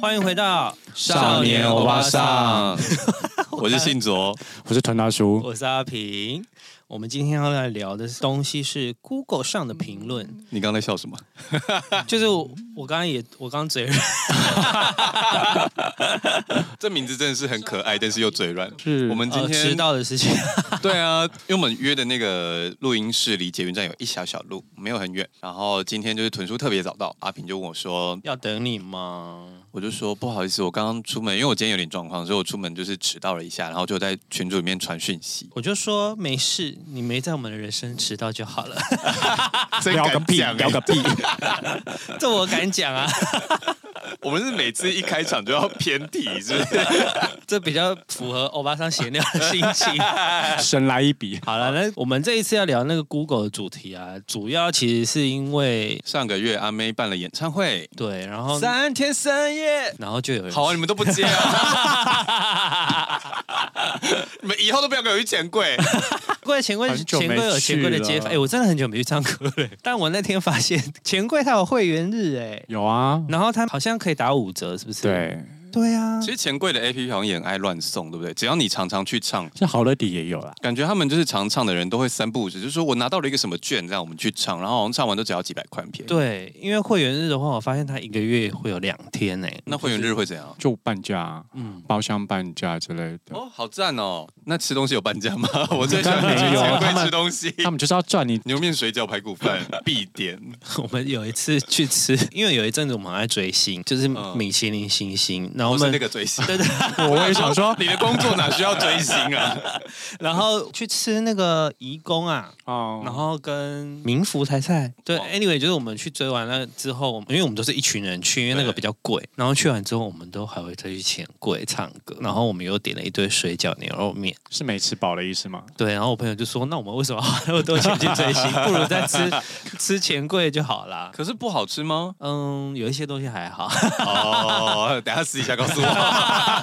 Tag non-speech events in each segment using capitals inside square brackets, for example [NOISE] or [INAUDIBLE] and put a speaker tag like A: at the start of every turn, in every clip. A: 欢迎回到
B: 少年欧巴桑，我是信卓，
C: 我是团大叔，
A: 我是阿平。我们今天要来聊的东西是 Google 上的评论，
B: 你刚才笑什么？
A: 就是我我刚刚也我刚嘴软，
B: 这名字真的是很可爱，但是又嘴软。
C: 是
B: 我们今
A: 呃
B: 天
A: 迟到的事情。
B: [LAUGHS] 对啊，因为我们约的那个录音室离捷运站有一小小路，没有很远。然后今天就是屯叔特别早到，阿平就问我说，
A: 要等你吗？。
B: 我就说不好意思，我刚刚出门，因为我今天有点状况，所以我出门就是迟到了一下，然后就在群组里面传讯息
A: 我就说没事，你没在我们的人生迟到就好了。[LAUGHS]
C: [LAUGHS] 聊个屁，聊个屁，
A: 这我敢讲啊，
B: [LAUGHS] 我们是每次一开场就要偏题，是不是？
A: [LAUGHS] 这比较符合欧巴桑闲聊的心情。
B: [LAUGHS]
C: 神来一笔。
A: 好了，那我们这一次要聊那个 Google 的主题啊，主要其实是因为
B: [LAUGHS] 上个月阿妹办了演唱会，
A: 对，然后
B: 三天三夜。
A: 然后就有人
B: 好啊，你们都不接啊！
A: [LAUGHS]
B: 你们以后都不要给我去钱柜。
A: 柜钱柜
C: 很久
A: 钱
C: 没
A: 柜有钱柜的接法，哎、
C: 去了
A: 我真的很久没去唱歌了。 [LAUGHS] 但我那天发现钱柜它有会员日、哎，
C: 有啊，
A: 然后它好像可以打五折，是不是？
C: 对，
A: 对啊
B: 其，实钱柜的 APP 好像也很爱乱送，对不对？只要你常常去唱，
C: 像好乐迪也有啦。
B: 感觉他们就是常唱的人都会三不五时，就是说我拿到了一个什么券，让我们去唱，然后好像唱完都只要几百块便宜。，
A: 对，因为会员日的话，我发现它一个月会有两天、哎， [LAUGHS]
B: 那会员日会怎样？
C: 就半价，啊
A: 嗯，
C: 包厢半价之类的。
B: 哦，好赞哦！那吃东西有半价 [LAUGHS] 吗？我最喜欢去
C: 没有
B: 钱
C: 他
B: 柜
C: 们
B: 吃东西，
C: 他们就是要
A: [LAUGHS]
C: 赚你，
B: 牛面、水饺、排骨饭必 [LAUGHS] 点。
A: 我们有一次去吃，因为有一阵子我们很爱追星，就是
B: 嗯
A: 米其林星星，然后
B: 我
A: 我
B: 是
A: 们
B: 那个追星，
A: [LAUGHS] 对对，
C: 我也
A: [LAUGHS]
C: 想说
B: 哦你的工作哪需要追星啊？
A: 然后去吃那个怡宫啊，
C: 哦，
A: 然后跟民福台菜，对
B: 哦
A: ，anyway，就是我们去追完了之后，我们因为我们都是一群人去，因为那个
B: 对
A: 比较贵。然后去完之后，我们都还会再去钱柜唱歌，然后我们又点了一堆水饺、牛肉面，
C: 是没吃饱的意思吗？
A: 对。然后我朋友就说：“那我们为什么要花那么多钱去追星？不如再吃吃钱柜就好啦。
B: [LAUGHS] 可是不好吃吗？”
A: 嗯，有一些东西还好。
B: 哦，等一下私底下告诉我。 [LAUGHS]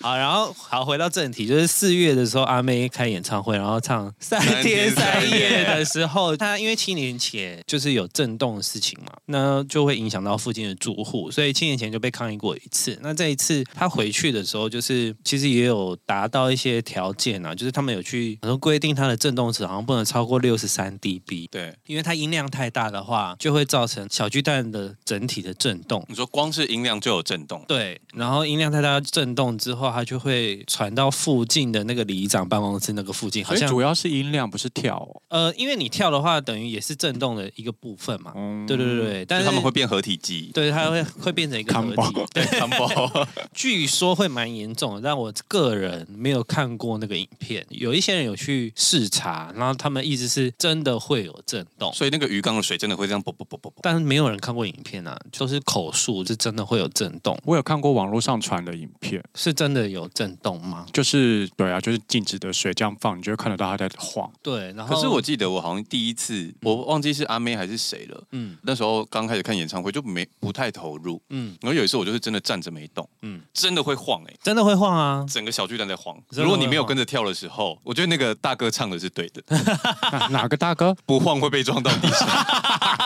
A: 好，然后好回到正题，就是四月的时候，阿妹开演唱会，然后唱三天三夜的时候，她因为七年前就是有震动的事情嘛，那就会影响到附近的住户，所以七年前就被抗议过一次。那这一次她回去的时候，就是其实也有达到一些条件啊，就是他们有去很多规定，它的震动值好像不能超过六十三 dB。
B: 对，
A: 因为它音量太大的话，就会造成小巨蛋的整体的震动。
B: 你说光是音量就有震动，
A: 对，然后音量太大震动之后，它就会传到附近的那个里长办公室那个附近，好
C: 所以
A: 像
C: 主要是音量，不是跳哦。
A: 呃，因为你跳的话，等于也是震动的一个部分嘛。
C: 嗯
A: 对对对，对，但
B: 就是他们会变合体机。
A: 对它会会变成一个合体
C: Combo。
B: [LAUGHS]
A: 对，
B: combo
A: 据说会蛮严重的，但我个人没有看过那个影片。有一些人有去视察，然后他们一直是真的会有震动。
B: 所以那个鱼缸的水真的会这样啵啵啵啵啵。
A: 但是没有人看过影片啊，都是口述，是真的会有震动，
C: 我有看过网络上传的影片，
A: 是真的有震动吗？
C: 就是对啊，就是静止的水这样放，你就会看得到它在晃。
A: 对，然后
B: 可是我记得我好像第一次，我忘记是阿妹还是谁了。
A: 嗯
B: 那时候刚开始看演唱会就没不太投入，
A: 嗯
B: 然后有一次我就是真的站着没动，
A: 嗯，
B: 真的会晃哎、
A: 真的会晃啊，
B: 整个小巨蛋在晃。
A: 真的会晃
B: 如果你没有跟着跳的时候，我觉得那个大哥唱的是对的，
A: [LAUGHS]
C: 那哪个大哥？
B: 不晃会被撞到地上，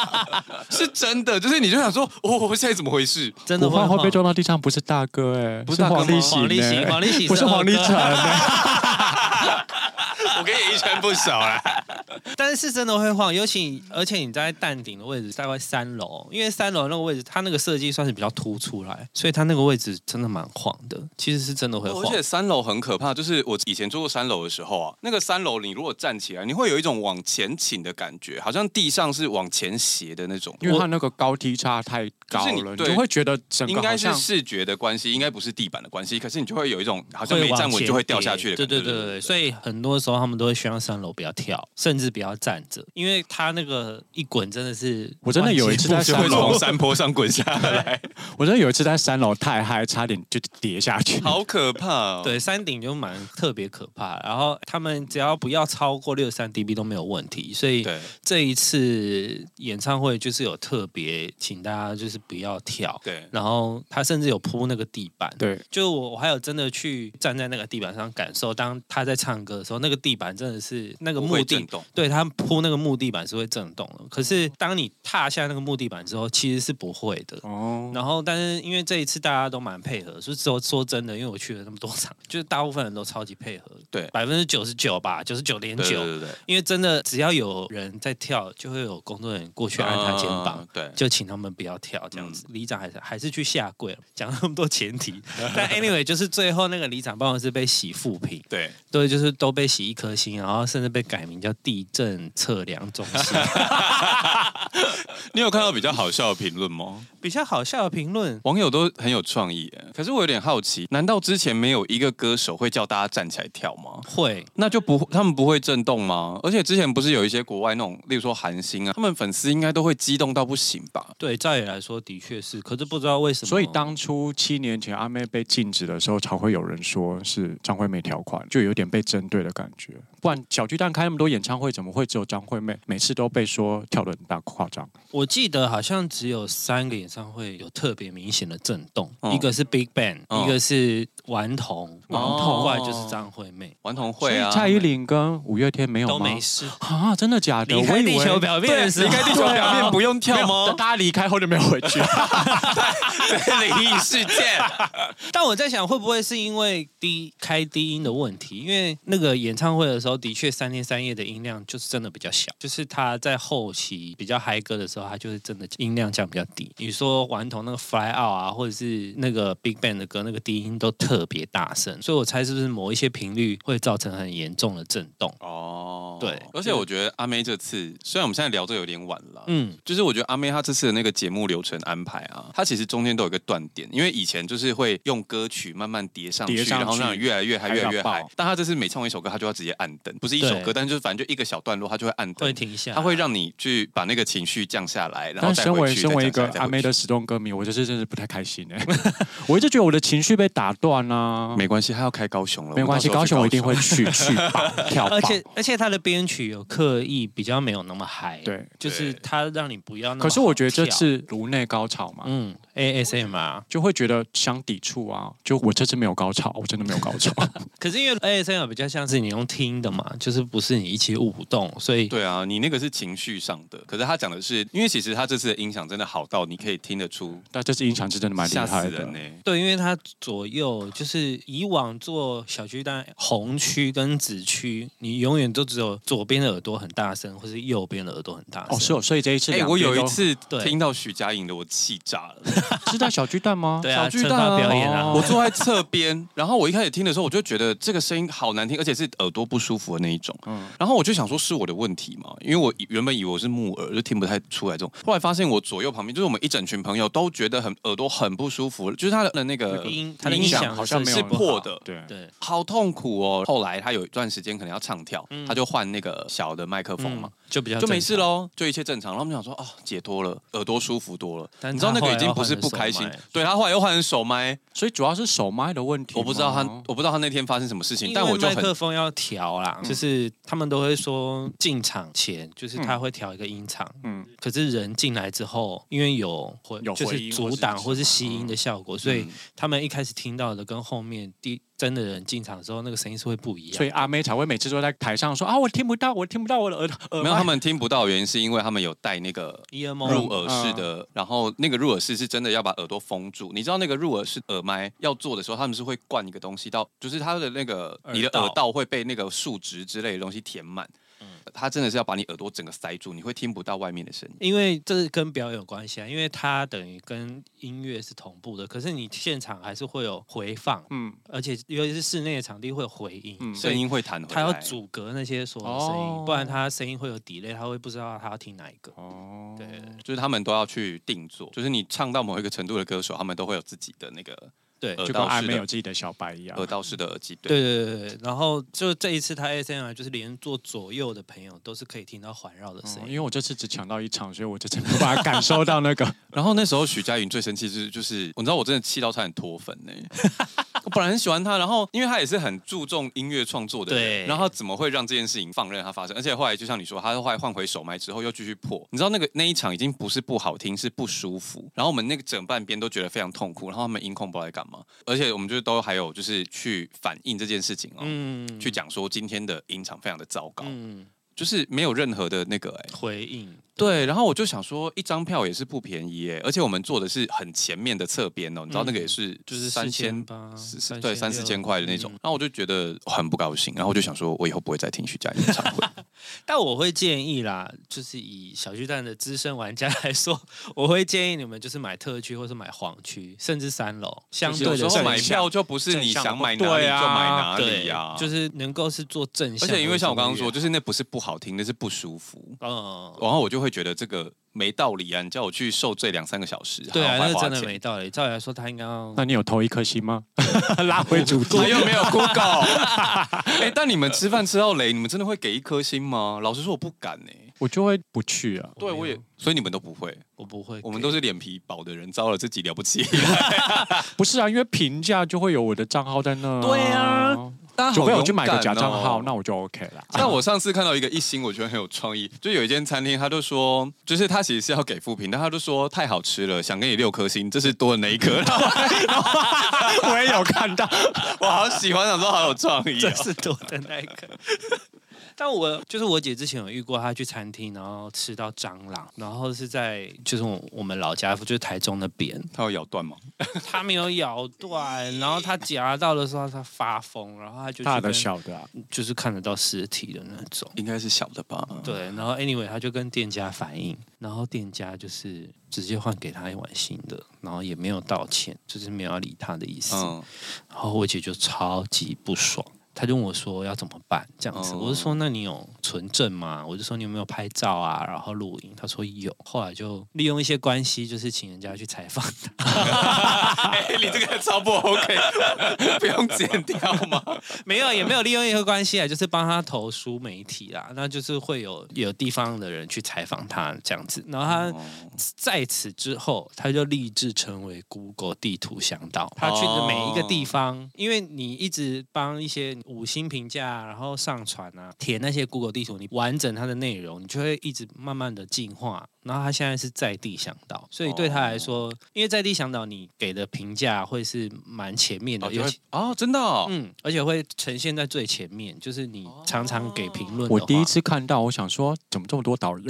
B: [LAUGHS] 是真的。就是你就想说，哦，我现在怎么回事？
A: 真的
C: 不晃会被
A: 晃
C: 撞到地上，不是大哥哎，
B: 不是
C: 是
B: 大哥吗
C: 黄立
A: 黄
C: 行
A: 立行，
C: 哎，
A: 黄立行
C: 不是
A: 二
C: 黄立
A: 哥
C: 成，哎。
B: 我跟你一圈不少啊啦。
A: 但是真的会晃，尤其而且你在蛋顶的位置，大概三楼，因为三楼那个位置，它那个设计算是比较突出来，所以它那个位置真的蛮晃的，其实是真的会
B: 而
A: 晃。
B: 且三楼很可怕，就是我以前住过三楼的时候啊，那个三楼你如果站起来，你会有一种往前倾的感觉，好像地上是往前斜的那种。
C: 因为它那个高低差太高
B: 就是你
C: 了，你
B: 对
C: 就会觉得整
B: 应
C: 个
B: 该
C: 好
B: 是
C: 像
B: 视觉的关系，应该不是地板的关系，可是你就会有一种好像
A: 会
B: 没
A: 往
B: 站稳
A: 前
B: 就会掉下去的
A: 跌
B: 感
A: 对
B: 觉。
A: 对对对，所以很多时候他们都会希望三楼不要跳，甚至不要站着，因为它那个一滚真的是，
C: 我真的有一次在
B: 就会
C: 三
B: 从
C: 楼，
B: 山坡上滚下来，
C: 我真的有一次在三楼太嗨，差点就跌下去。
B: 好可怕、 [LAUGHS] 哦。，
A: 对，山顶就蛮特别可怕。然后他们只要不要超过六三 dB 都没有问题，所以
B: 对
A: 这一次演唱会就是有特别请大家就是不要跳，
B: 对，
A: 然后他甚至有铺那个地板。
C: 对，
A: 就我我还有真的去站在那个地板上感受，当他在唱歌的时候，那个地板真的是那个
B: 不
A: 目
B: 会
A: 的
B: 震，动。
A: 对他铺那个木地板是会震动的，可是当你踏下那个木地板之后，其实是不会的。
C: 哦，
A: 然后，但是因为这一次大家都蛮配合，说说说真的，因为我去了那么多场， [LAUGHS] 就是大部分人都超级配合，
B: 对
A: 百分之九十九吧，九十九点
B: 对对
A: 九。
B: 对对，
A: 因为真的只要有人在跳，就会有工作人员过去
B: 去
A: 按他肩膀。
B: 啊对，
A: 就请他们不要跳这样子。里长还是还是去下跪了，讲了那么多前 [LAUGHS] 提，但 anyway 就是最后那个里长办公室被洗负评，
B: 对，
A: 对，就是都被洗一颗星，然后甚至被改名叫地震测量中心。
B: 你有看到比较好笑的评论吗？
A: [LAUGHS] 比较好笑的评论，
B: [LAUGHS] 网友都很有创意耶，可是我有点好奇，难道之前没有一个歌手会叫大家站起来跳吗？
A: 会
B: 那就不，他们不会震动吗？而且之前不是有一些国外那种，例如说韩星啊，他们粉丝应该都会激动到不行吧？
A: 对，照理来说的确是，可是不知道为什么。
C: 所以当初七年前阿妹被禁止的时候，常会有人说是张惠妹条款，就有点被针对的感觉。不然小巨蛋开那么多演唱会，怎么会只有张惠妹？每次都被说跳的很大夸张。
A: 我记得好像只有三个演唱会有特别明显的震动，
B: 嗯
A: 一个是 Big Bang，、
B: 嗯
A: 一个是顽童，
B: 顽
A: 后
B: 童
A: 来就是张惠妹，
B: 顽童会
C: 所以
B: 啊，
C: 蔡依林跟五月天没有吗？
A: 都没事。
C: 啊，真的假的？
A: 离开地球
C: 我以为
A: 表面的时候，
B: 离开
C: [LAUGHS]
B: 地球
C: 啊
B: 表面不用
C: 没
B: 跳
C: 有 [LAUGHS]
B: 吗？
C: 大家离开后就没有回去。
B: 灵异事件，
A: 但我在想，会不会是因为低开低音的问题？因为那个演唱会的时候，的确三天三夜的音量就是真的比较小，就是他在后期比较嗨歌的时候，他就是真的音量降比较低。你说顽童那个 Fly Out 啊，或者是那个 Big Bang 的歌，那个低音都特别大声，所以我猜是不是某一些频率会造成很严重的震动？
B: [LAUGHS] 哦，
A: 对
B: 而且我觉得阿妹这次，虽然我们现在聊这有点晚了，
A: 嗯，
B: 就是我觉得阿妹她这次的那个节目流程安排啊，她其实中间都有一个断点，因为以前就是会用歌曲慢慢叠上去，
C: 叠上去
B: 然后让你越来越嗨，
C: 嗨
B: 越
C: 到
B: 来越嗨
C: 爆。
B: 但她这次每唱一首歌，她就要直接按灯，不是一首
A: 对
B: 歌，但就是反正就一个小段落，她就会按灯
A: 会。停一下，
B: 她会让你去把那个情绪降下来，然后
C: 但
B: 再
C: 身
B: 回
C: 为
B: 去。
C: 身为
B: 再
C: 一
B: 降下
C: 个
B: 来再
C: 阿
B: 回
C: 妹
B: 去
C: 的死忠歌迷，我这次真是不太开心哎、我一直觉得我的情绪被打断啊。
B: 没关系，她要开高雄了，
C: 没关系，
B: 我们
C: 高
B: 到时
C: 雄
B: 候
C: 我
B: 去
C: 一定会去
B: [LAUGHS]
C: 去爆跳爆
A: 而。且而且他的编曲有刻意比较没有那么嗨，，
C: 对，
A: 就是他让你不要那么。
C: 可是我觉得这，次颅内高潮嘛，
A: 嗯，ASM 啊。
C: 就会觉得相抵触啊。就我这次没有高潮，我真的没有高
B: [LAUGHS]
C: 潮。
A: 可是因为 ASMR 比较像是你用听的嘛，就是不是你一起舞动，所以
B: 对啊，你那个是情绪上的，可是他讲的是，因为其实他这次的音响真的好到你可以听得出，
C: 但这次音响是真的蛮厉
B: 吓死
C: 害的
B: 人。呢、欸
A: 对，因为它左右就是以往做小巨蛋红区跟紫区，你永远都只有左边的耳朵很大声，或是右边的耳朵很大声。
C: 哦，是哦，所以这一次
B: 哎、
C: 两
B: 我
C: 边
B: 有一
C: 都
B: 次
A: 对
B: 听到许佳莹的，我气炸了。
C: 是在小巨
B: [LAUGHS]
C: 蛋吗？
A: 对啊，
B: 小巨
A: 惩
B: 蛋啊
A: 罚表演啊，
C: 哦
B: 我坐在侧边，然后我一开始听的时候，我就觉得这个声音好难听，而且是耳朵不舒服的那一种。
C: 嗯
B: 然后我就想说，是我的问题嘛？因为我以原本以为我是木耳，就听不太出来这种。后来发现我左右旁边，就是我们一整群朋友都觉得很耳朵很不舒服，就是他的那个
A: 音它的
B: 音
A: 响
B: 响
C: 好像没有
B: 是破的。
C: 对，
A: 对，
B: 好痛苦哦！后来他有一段时间可能要唱跳，
A: 嗯
B: 他就换那个小的麦克风嘛
A: 嗯，，就比较
B: 就没事
A: 了。
B: 喽，就一切正常。然后我们想说，哦，解脱了，耳朵舒服多了。
A: 但
B: 你知道
A: 他
B: 那个
A: 后
B: 已
A: 来
B: 经
A: 又
B: 不是
A: 换成
B: 不开心
A: 手麦，
B: 对他后来又换成手麦，
C: 所以主要是手麦的问题吗。
B: 我不知道他，我不知道他那天发生什么事情，但
A: 因为
B: 我就
A: 麦克
B: 很
A: 风要调啦，就是他们都会说进场前，就是他会调一个音场，
C: 嗯，
A: 可是人进来之后，因为有回
C: 有
A: 就
C: 回
A: 是
C: 音
A: 阻挡或是吸音的效果，所以
B: 嗯
A: 他们一开始听到的跟后面第真的人进场的时候那个声音是会不一样。
C: 所以阿妹才会每次都在台上说啊，我听不到，我听不到我的耳耳
B: 没有
C: 麦
B: 他们听不到，原因是因为他们有戴那个。
A: EMO
B: 入耳式
A: 嗯
B: 的，然后那个入耳式是真的要把耳朵封住。你知道那个入耳式耳麦要做的时候，他们是会灌一个东西到，就是它的那个
A: 耳道
B: 你的耳道会被那个树脂之类的东西填满。
A: 嗯
B: 它真的是要把你耳朵整个塞住，你会听不到外面的声音。
A: 因为这是跟表演有关系啊，因为它等于跟音乐是同步的，可是你现场还是会有回放，
C: 嗯，
A: 而且尤其是室内的场地会有回音，
C: 嗯
A: 所
B: 声
A: 以
B: 音会弹回来。
A: 它要阻隔那些所有的声音，
C: 哦
A: 不然它声音会有 delay，它会不知道它要听哪一个。
C: 哦，
A: 对对对
B: 就是他们都要去定做，就是你唱到某一个程度的歌手，他们都会有自己的那个
A: 对，
B: 耳
C: 就跟
B: 道
C: 阿
B: 式
C: 妹有
B: 的呃
C: 自己的小白
A: 啊
C: 一样
B: 耳。道式的耳机。对，
A: 对对对对对，然后就这一次他 ASMR 就是连坐左右的朋友都是可以听到环绕
B: 哦
A: 的
C: 嗯
A: 声
C: 因
A: 音。
C: 为我这次只抢到一场，所以我这次没有办法感受到那
A: [LAUGHS]
C: 个。
A: 嗯
B: 然后那时候许佳莹最生气就是就是，我知道我真的气到差点脱粉
A: [LAUGHS]
B: 呢、我本来很喜欢她，然后因为她也是很注重音乐创作的人，
A: 对
B: 然后怎么会让这件事情放任它发生？而且后来就像你说，她后来换回手麦之后又继续破，你知道那个那一场已经不是不好听，是不舒服。然后我们那个整半边都觉得非常痛苦，然后他们音控不知道在干嘛，而且我们就是都还有就是去反映这件事情哦，
A: 嗯
B: 去讲说今天的音场非常的糟糕。
A: 嗯，
B: 就是没有任何的那个哎、
A: 回应。
B: 对，然后我就想说，一张票也是不便宜耶，而且我们坐的是很前面的侧边哦，你知道那个也是
A: 嗯就是
B: 三千
A: 八
B: 是是对三四千
A: 六嗯
B: 块的那种，然后我就觉得很不高兴，然后我就想说，我以后不会再听徐佳莹演唱
A: [LAUGHS]
B: 会。
A: 但我会建议啦，就是以小巨蛋的资深玩家来说，我会建议你们就是买特区或是买黄区，甚至三楼，相对
B: 有
A: 的
B: 时候
A: 正
B: 买
A: 向哦啊
B: 票就不是你想买哪里就买哪里呀、
A: 对就是能够是做正
B: 而
A: 向的
B: 且因为像我刚刚
A: 音乐
B: 说，，就是那哦不是不好听，那是不舒服。
A: 嗯，
B: 然后我就会觉得这个没道理啊！你叫我去受罪两三个小时，
A: 对啊，
B: 还要
A: 那
B: 花
A: 真
B: 钱
A: 的没道理。照理来说，他应该要
C: 那你有投一颗星吗？ [LAUGHS] 拉回主题
B: 他。又 [LAUGHS] 没有 Google。哎、但你们吃饭吃到雷，你们真的会给一颗星吗？老实说，我不敢哎、
C: 我就会不去啊。
A: 对我也，
B: 所以你们都不会，
A: 我不会给，
B: 我们都是脸皮薄的人，糟了，自己了不起。 [LAUGHS]
C: 不是啊，因为评价就会有我的账号在那、
A: 对啊，
B: 大
C: 除非我去买个假账号，那我就 OK 了。
B: 哦
C: [LAUGHS]
B: 像我上次看到一个一星，我觉得很有创意，就有一间餐厅，他就说，就是他其实是要给负评，但他就说太好吃了，想给你六颗星，这是多的那一颗。 [LAUGHS] 然后
C: 我也有看到，
B: 我好喜欢，想说好有创意、
A: 这
B: 哦。
A: 是多的那一个。 [LAUGHS] 但我就是我姐之前有遇过，她去餐厅然后吃到蟑螂，然后是在就是我我们老家就是台中那边，
B: 他有咬断吗？
A: 她没有咬断，然后她夹到的时候她发疯，然后她就去
C: 大的
A: 跟
C: 小的、啊，
A: 就是看得到尸体的那种。
B: 应该是小的吧。
A: 对，然后 anyway，他就跟店家反映，然后店家就是直接换给他一碗新的，然后也没有道歉，就是没有要理他的意思。
B: 嗯，
A: 然后我姐就超级不爽，她就问我说要怎么办这样子，
B: 哦
A: 我就说那你有存证吗？我就说你有没有拍照啊，然后录影，她说有。后来就利用一些关系，就是请人家去采访 [LAUGHS] 她。
B: [LAUGHS] 哎、你这个超不 OK，不 [LAUGHS] 用剪掉吗？
A: 没有，啊也没有利用一个关系啊，就是帮他投书媒体啦，那就是会有有地方的人去采访他这样子，然后他。
B: 哦
A: 在此之后，他就立志成为 Google 地图向导。哦他去的每一个地方，因为你一直帮一些五星评价，然后上传啊，填那些 Google 地图，你完整它的内容，你就会一直慢慢的进化。然后他现在是在地向导，所以对他来说，因为在地向导你给的评价会是蛮前面的，
B: 哦就
A: 尤
B: 会
A: 其。
B: 哦，真的、哦，
A: 嗯，而且会呈现在最前面，就是你常常给评论。
C: 我第一，次看到，我想说怎么这么多导游？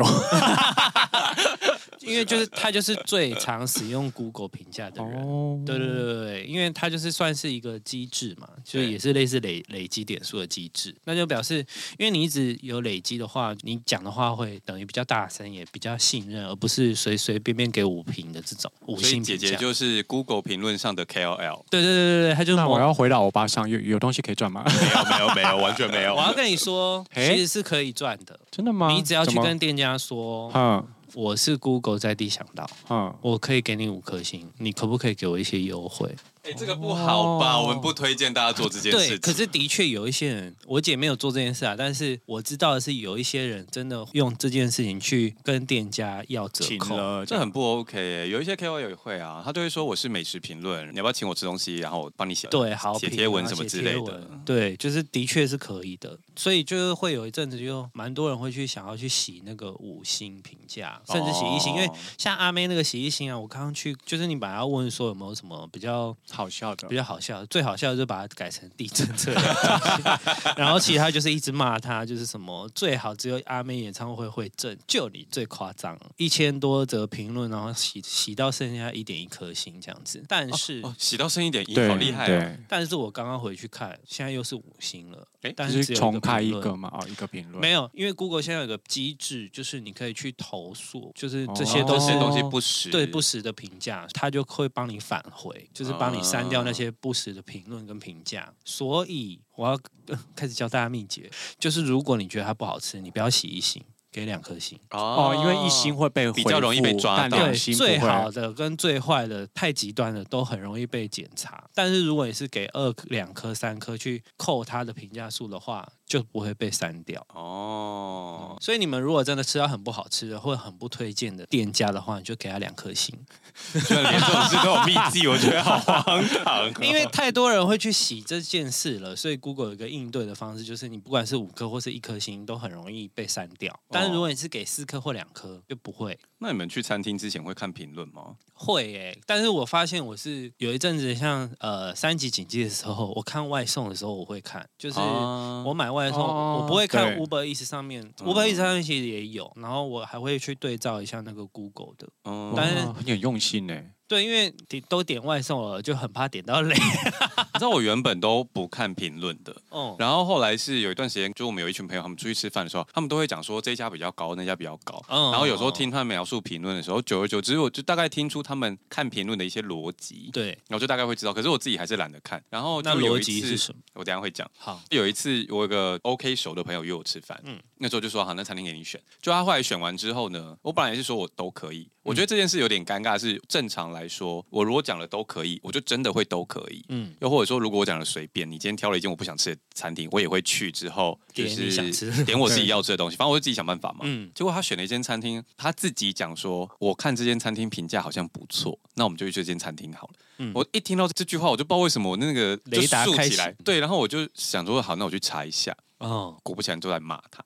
A: 因为就是他就是最常使用 Google 评价的人，
C: 哦，
A: 对对对对对，因为它就是算是一个机制嘛，所以也是类似累累积点数的机制。那就表示，因为你一直有累积的话，你讲的话会等于比较大声，也比较信任，而不是随随便便给五评的这种嗯五
B: 所以
A: 星
B: 姐
A: 评价
B: 姐。就是 Google 评论上的 KOL，
A: 对对对对对，他就是
C: 那
A: 某
C: 我要回到我爸上，有有东西可以赚吗？ [LAUGHS]
B: 没
A: 哦
B: 有没有没有， [LAUGHS] 完全没有
A: 我要跟你
B: [LAUGHS]
A: 说，
C: 诶
A: 其实是可以赚的。
C: 真的吗？
A: 你只要去
C: 啊怎么
A: 跟店家说，
C: 嗯
A: 我是 Google 在地想到，
C: 嗯，
A: 我可以给你五颗星，你可不可以给我一些优惠？
B: 哎、这个不好吧？
C: 哦
B: 我们不推荐大家做这件事
A: 对，
B: 情。
A: 可是的确有一些人，我姐没有做这件事啊，但是我知道的是有一些人真的用这件事情去跟店家要折
C: 请
A: 扣。
C: 了，
B: 这很不 OK，耶有一些 KOL 也会啊，他就会说我是美食评论，你要不要请我吃东西，然后我帮你写
A: 对，好评
B: 写贴文
A: 啊
B: 什么
A: 写
B: 之
A: 贴
B: 类的
A: 文对，就是的确是可以的，所以就是会有一阵子就蛮多人会去想要去洗那个五星评价，甚至洗一星，因为
B: 哦
A: 像阿妹那个洗一星啊，我刚刚去就是你把她问说有没有什么比较
C: 好笑的
A: 比。较好笑，最好笑的就是把它改成地震测量中心 [LAUGHS] 然后其他就是一直骂他，就是什么最好只有阿妹演唱会会震，就你最夸张，一千多则评论，然后洗洗到剩下一点一颗星这样子。但是、
B: 哦，洗到深一点，咦，
C: 对，
B: 好厉害、哦！
C: 对，
A: 但是我刚刚回去看，现在又是五星了，
B: 诶
A: 但
C: 就是
A: 只有
C: 重开
A: 评
C: 一
A: 论
C: 个嘛，哦，一个评论。
A: 没有，因为 Google 现在有个机制，就是你可以去投诉，就是这些
C: 哦
A: 都
B: 这
A: 是
B: 些东西不实，
A: 对不实的评价，他就会帮你返回，就是帮你删
C: 啊
A: 掉那些不实的评论跟评价。所以我要、呃开始教大家秘诀，就是如果你觉得它不好吃，你不要洗一星，给两颗星。
C: 哦，因为一星会被
B: 比较容易被抓
C: 回复
B: 到
C: 但
A: 对，
C: 两星不
A: 最
C: 会哦
A: 好。的跟最坏的太极端的都很容易被检查。但是如果你是给二两颗、三颗去扣它的评价数的话，就不会被删掉。
B: 哦，
A: 所以你们如果真的吃到很不好吃的或者很不推荐的店家的话，你就给他两颗星。
B: 居然连这种事都有秘籍，我觉得好荒唐哦、
A: [LAUGHS] 因为太多人会去洗这件事了，所以 Google 有一个应对的方式，就是你不管是五颗或是一颗星，都很容易被删掉。
B: 哦
A: 但是如果你是给四颗或两颗，就不会。
B: 那你们去餐厅之前会看评论吗？
A: 会耶、但是我发现我是有一阵子像呃三级警戒的时候，我看外送的时候我会看，就是
B: 啊
A: 我买外外送，
C: 哦
A: 我不会看
C: 对
A: Uber Eats 上面
B: 嗯
A: ，Uber Eats 上面其实也有，然后我还会去对照一下那个 Google 的，
B: 嗯，
A: 但是
C: 哇你很用心欸呢。
A: 对，因为点都点外送了，就很怕点到
B: [LAUGHS]
A: 雷。
B: 你知道我原本都不看评论的，
A: [LAUGHS] 哦，
B: 然后后来是有一段时间，就我们有一群朋友，他们出去吃饭的时候，他们都会讲说这一家比较高，那家比较高。
A: 嗯
B: 然后有时候听他们描述评论的时候，久而久之，我就大概听出他们看评论的一些逻辑，
A: 嗯对，
B: 然后就大概会知道。可是我自己还是懒得看。然后
A: 那
B: 就有
A: 逻
B: 一
A: 辑
B: 次
A: 是什么？
B: 我等一下会讲。
A: 好，
B: 有一次，我有个 OK 熟的朋友约我吃饭，
A: 嗯
B: 嗯，那时候就说好，那餐厅给你选。就他后来选完之后呢，我本来也是说我都可以，我觉得这件事有点尴尬。是正常来说，我如果讲了都可以，我就真的会都可以。
A: 嗯，
B: 又或者说，如果我讲的随便，你今天挑了一间我不想吃的餐厅，我也会去之后就
A: 点你想吃 [LAUGHS]
B: 是 [LAUGHS] 点我自己要吃的东西，反正我就自己想办法嘛。
A: 嗯
B: 结果他选了一间餐厅，他自己讲说，我看这间餐厅评价好像不错，那我们就去这间餐厅好了。
A: 嗯
B: 我一听到这句话，我就不知道为什么我那个就
A: 雷达
B: 竖
A: 开
B: 起来
A: 启，嗯
B: 对，然后我就想说，好，那我去查一下。
A: 哦，
B: 果不其然，就在骂他。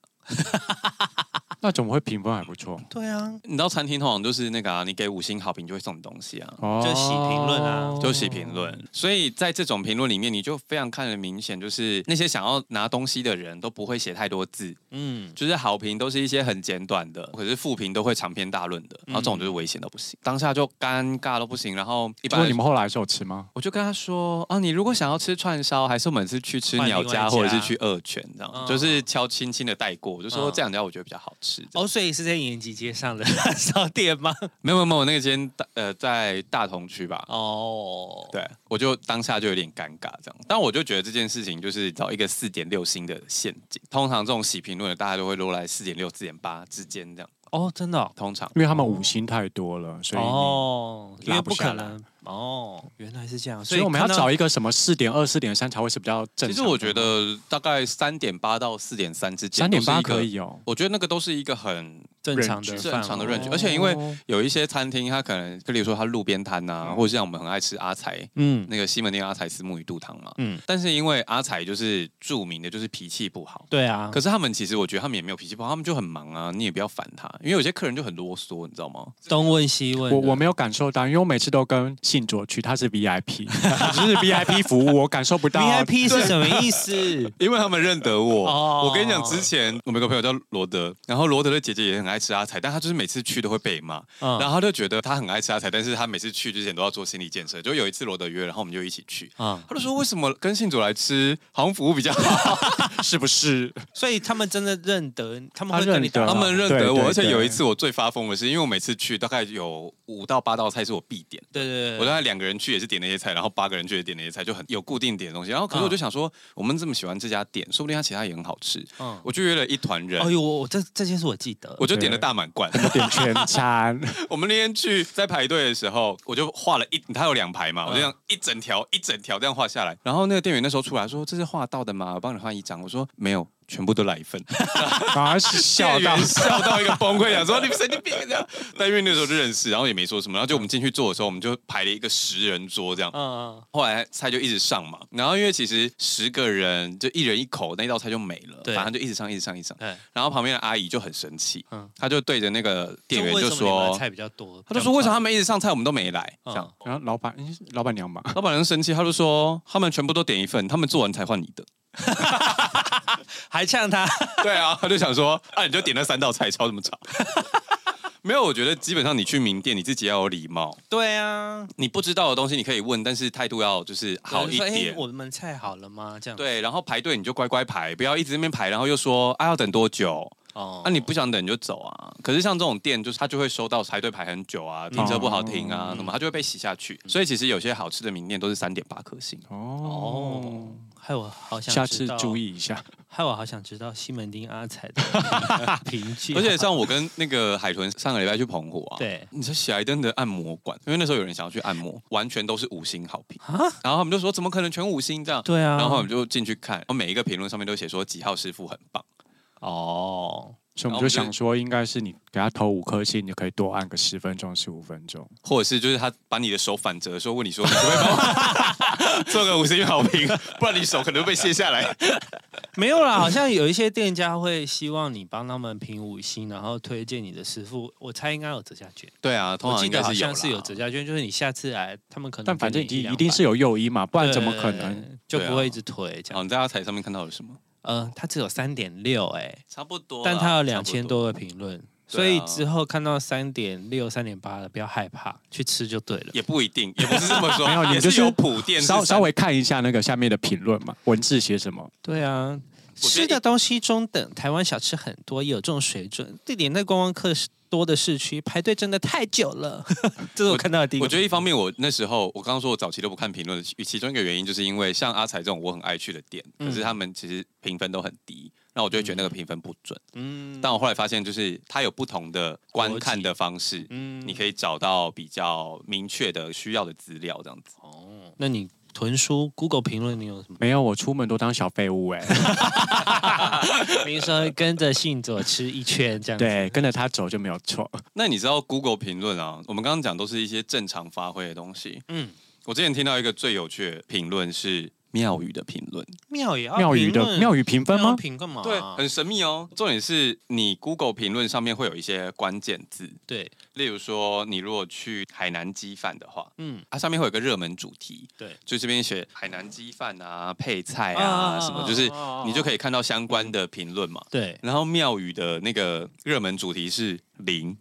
C: 那怎么会评分还不错？
A: 对啊，
B: 你知道餐厅通常都是那个、啊，你给五星好评就会送你东西啊。
C: 哦
A: 就洗评论啊
B: 就写评论，所以在这种评论里面，你就非常看得明显，就是那些想要拿东西的人都不会写太多字，
A: 嗯，
B: 就是好评都是一些很简短的，可是负评都会长篇大论的，然后这种就是
A: 嗯
B: 危险到不行，当下就尴尬到不行。然后一
C: 不过
B: 般
C: 你们后来是有吃吗？
B: 我就跟他说啊，你如果想要吃串烧，还是我们是去吃鸟
A: 换另
B: 家，
A: 外一家
B: 或者是去二泉这样，
A: 嗯
B: 就是悄轻轻的带过，我就说
A: 嗯
B: 这两家我觉得比较好吃。哦，
A: 哦，所以是在延吉街上的 [LAUGHS] 小店吗？
B: 没有没有没有，那个间大呃在大同区吧，
A: 哦，
B: 对，我就当下就有点尴尬这样，但我就觉得这件事情就是找一个四点六星的陷阱。通常这种洗评论的，大家都会落在四点六、四点八之间这样。
A: 哦，真的哦，
B: 通常
C: 因为他们五星太多了，所以你
A: 哦，因为
C: 拉不
A: 不可
C: 下来
A: 能，哦，原来是这样，
C: 所以我们要
A: 看到
C: 找一个什么四点二、四点三才会是比较正常的。
B: 其实我觉得大概三点八到四点三之间，
C: 三点八可。以哦，
B: 我觉得那个都是一个很
A: 正常的
C: range
A: 范
B: 正常的
A: 围哦
B: range，而且因为有一些餐厅，它可能，例如说它路边摊呐，
C: 嗯
B: 或者像我们很爱吃阿财
A: 嗯
B: 那个西门町阿财丝木鱼肚汤嘛，
A: 嗯
B: 嗯，但是因为阿财就是著名的就是脾气不好，
A: 对
C: 嗯
A: 啊，
B: 可是他们其实我觉得他们也没有脾气不好，他们就很忙啊，你也不要烦他，因为有些客人就很啰嗦，你知道吗？
A: 东问西问的，
C: 我我没有感受到，因为我每次都跟信卓去，他是 VIP，他 [LAUGHS] 只是 VIP 服务，我感受
A: [LAUGHS]
C: 不到。
A: VIP 是什么意
B: [LAUGHS]
A: 思？
B: 因为他们认得
C: [LAUGHS]
B: 我，
A: 哦
B: 我跟你讲，之前我们有个朋友叫罗德，然后罗德的姐姐也很爱吃阿菜，但她就是每次去都会被骂，
A: 嗯
B: 然后她就觉得她很爱吃阿菜，但是她每次去之前都要做心理建设。就有一次罗德约，然后我们就一起去，
A: 啊，
B: 他就说为什么跟信主来吃，好像服务比较
C: [LAUGHS]
B: 好，
C: 是不是？
A: 所以他们真的认得，他们
C: 他
A: 会跟你
C: 认得
A: 打
C: 啊
B: 他
A: 招呼
B: 们认得我，
C: 对对
B: 而且
C: 对
B: 有一次我最发疯的是，因为我每次去大概有五到八道菜是我必点。
A: 对对对，
B: 我大概两个人去也是点那些菜，然后八个人去也点那些菜，就很有固定点的东西。然后可是我就想说，我们这么喜欢这家店，说不定它其他也很好吃。
A: 嗯，
B: 我就约了一团人，
A: 哎呦，我我这这件事我记得，
B: 我就点了大满贯。
C: 点全餐，
B: 我们那天去在排队的时候，我就画了一，它有两排嘛，我就这样一整条一整条这样画下来。然后那个店员那时候出来说：“这是画到的吗？我帮你画一张。”我说：“没有，全部都来一份。”
C: 反而是笑
B: 店
C: 到
B: 员笑到一个崩溃，想说你们神经病这样。但因为那时候就认识，然后也没说什么。然后就我们进去坐的时候，我们就排了一个十人桌这样。
A: 嗯，嗯
B: 后来菜就一直上嘛，然后因为其实十个人就一人一口，那道菜就没了，
A: 对
B: 反正就一直上一直上一直上。
A: 嗯，
B: 然后旁边的阿姨就很生气，
A: 嗯
B: 她就对着那个
A: 对，
B: 店员就
A: 为什么你们的
B: 说，
A: 菜比较多，
B: 她就说为什么他们一直上菜我们都没来？
A: 嗯
B: 这样，
C: 然后老板，嗯老板娘嘛，
B: 老板娘生气，她就说他们全部都点一份，他们做完才换你
A: [LAUGHS]
B: 的。
A: 还呛他？
B: 对啊，她就想说啊，你就点那三道菜，吵什么吵？ [LAUGHS] 没有，我觉得基本上你去名店，你自己要有礼貌。
A: [LAUGHS] 对啊，
B: 你不知道的东西你可以问，但是态度要就是好一
A: 就说哎
B: 点。
A: 我们菜好了吗？这样，
B: 对，然后排队你就乖乖排，不要一直在那边排，然后又说啊要等多久？
A: 哦
B: 啊你不想等你就走啊。可是像这种店，就是他就会收到排队排很久啊，停车不好停啊，
A: 哦
B: 什么他就会被洗下
A: 嗯
B: 去。所以其实有些好吃的名店都是三点八颗星。啊
C: [LAUGHS] 哦
A: 哦，，害我好想
C: 下次
A: 知道
C: 注，意一下。
A: 害我好想知道西门町阿
C: [LAUGHS]
A: 彩的评价，
B: 而且像我跟那个海豚上个礼拜去澎湖啊，，
A: 啊对
B: 你知道喜来登的按摩馆，因为那时候有人想要去按摩，完全都是五星好评，
A: 啊，
B: 然后他们就说怎么可能全五星这样？
A: 对啊，
B: 然后我们就进去看，然后每一个评论上面都写说几号师傅很棒。
A: 哦，
C: 所以我们就想说，应该是你给他投五颗星，你可以多按个十分钟、十五分钟。
B: 或者是就是他把你的手反折的时候问你 [LAUGHS] 说，你可不可以帮我做个五星好评，不然你手可能会被卸下来。
A: 没有啦，好像有一些店家会希望你帮他们评五星，然后推荐你的师傅。我猜应该有折价券，
B: 对啊，通
A: 我
B: 常
A: 记
B: 应
A: 得
B: 该
A: 好
B: 是有
A: 像
B: 啦
A: 是有折价券，就是你下次来，他们可能
C: 但反正已
A: 给你
C: 经
A: 100
C: 一定是有诱因嘛，不然
A: 对
C: 怎么可能？
A: 就
B: 对啊
A: 不会一直推这
B: 好，
A: 样？
B: 你在阿台上面看到了什么？
A: 嗯，它只有三点六哎，
B: 差不多啊
A: 但它有两千，多个评论。所以
B: 对啊
A: 之后看到三点六、三点八的，不要害怕，去吃就对了。
B: 也不一定，也不是这么说，
C: 没有你
B: 也
C: 就是
B: 有普遍是
C: 稍
B: 三
C: 稍微看一下那个下面的评论嘛，文字写什么？
A: 对啊，
B: 我觉
A: 吃
B: 得
A: 的东西中等，台湾小吃很多，也有这种水准。地点在观光客多的市区，排队真的太久了。 [LAUGHS] 这是我看到的第一个
B: 我觉得一方面，我那时候我刚刚说我早期都不看评论，其其中一个原因就是因为像阿才这种我很爱去的店，可是他们其实评分都很低，那我就会觉得那个评分不准。
A: 嗯
B: 但我后来发现，就是它有不同的观看的方式，
A: 嗯
B: 你可以找到比较明确的需要的资料，这样子。
A: 哦那你囤书 Google 评论，你有什么？
C: 没有，我出门都当小废物哎、
A: 比如说跟着信左吃一圈这样子。
C: 对，跟着他走就没有错。
B: 那你知道 Google 评论啊？我们刚刚讲都是一些正常发挥的东西。
A: 嗯，
B: 我之前听到一个最有趣的评论是庙宇的评论，
A: 庙也要
C: 庙宇的庙
A: 宇
C: 宇评分吗？
A: 评干嘛？
B: 对，很神秘哦。重点是你 Google 评论上面会有一些关键字，
A: 对，
B: 例如说，你如果去海南鸡饭的话，
A: 嗯，
B: 它上面会有个热门主题，
A: 对，
B: 就这边写海南鸡饭啊、配菜
A: 啊啊啊
B: 啊
A: 啊
B: 什么，就是你就可以看到相关的评论嘛。
A: 对，
B: 然后庙宇的那个热门主题是灵，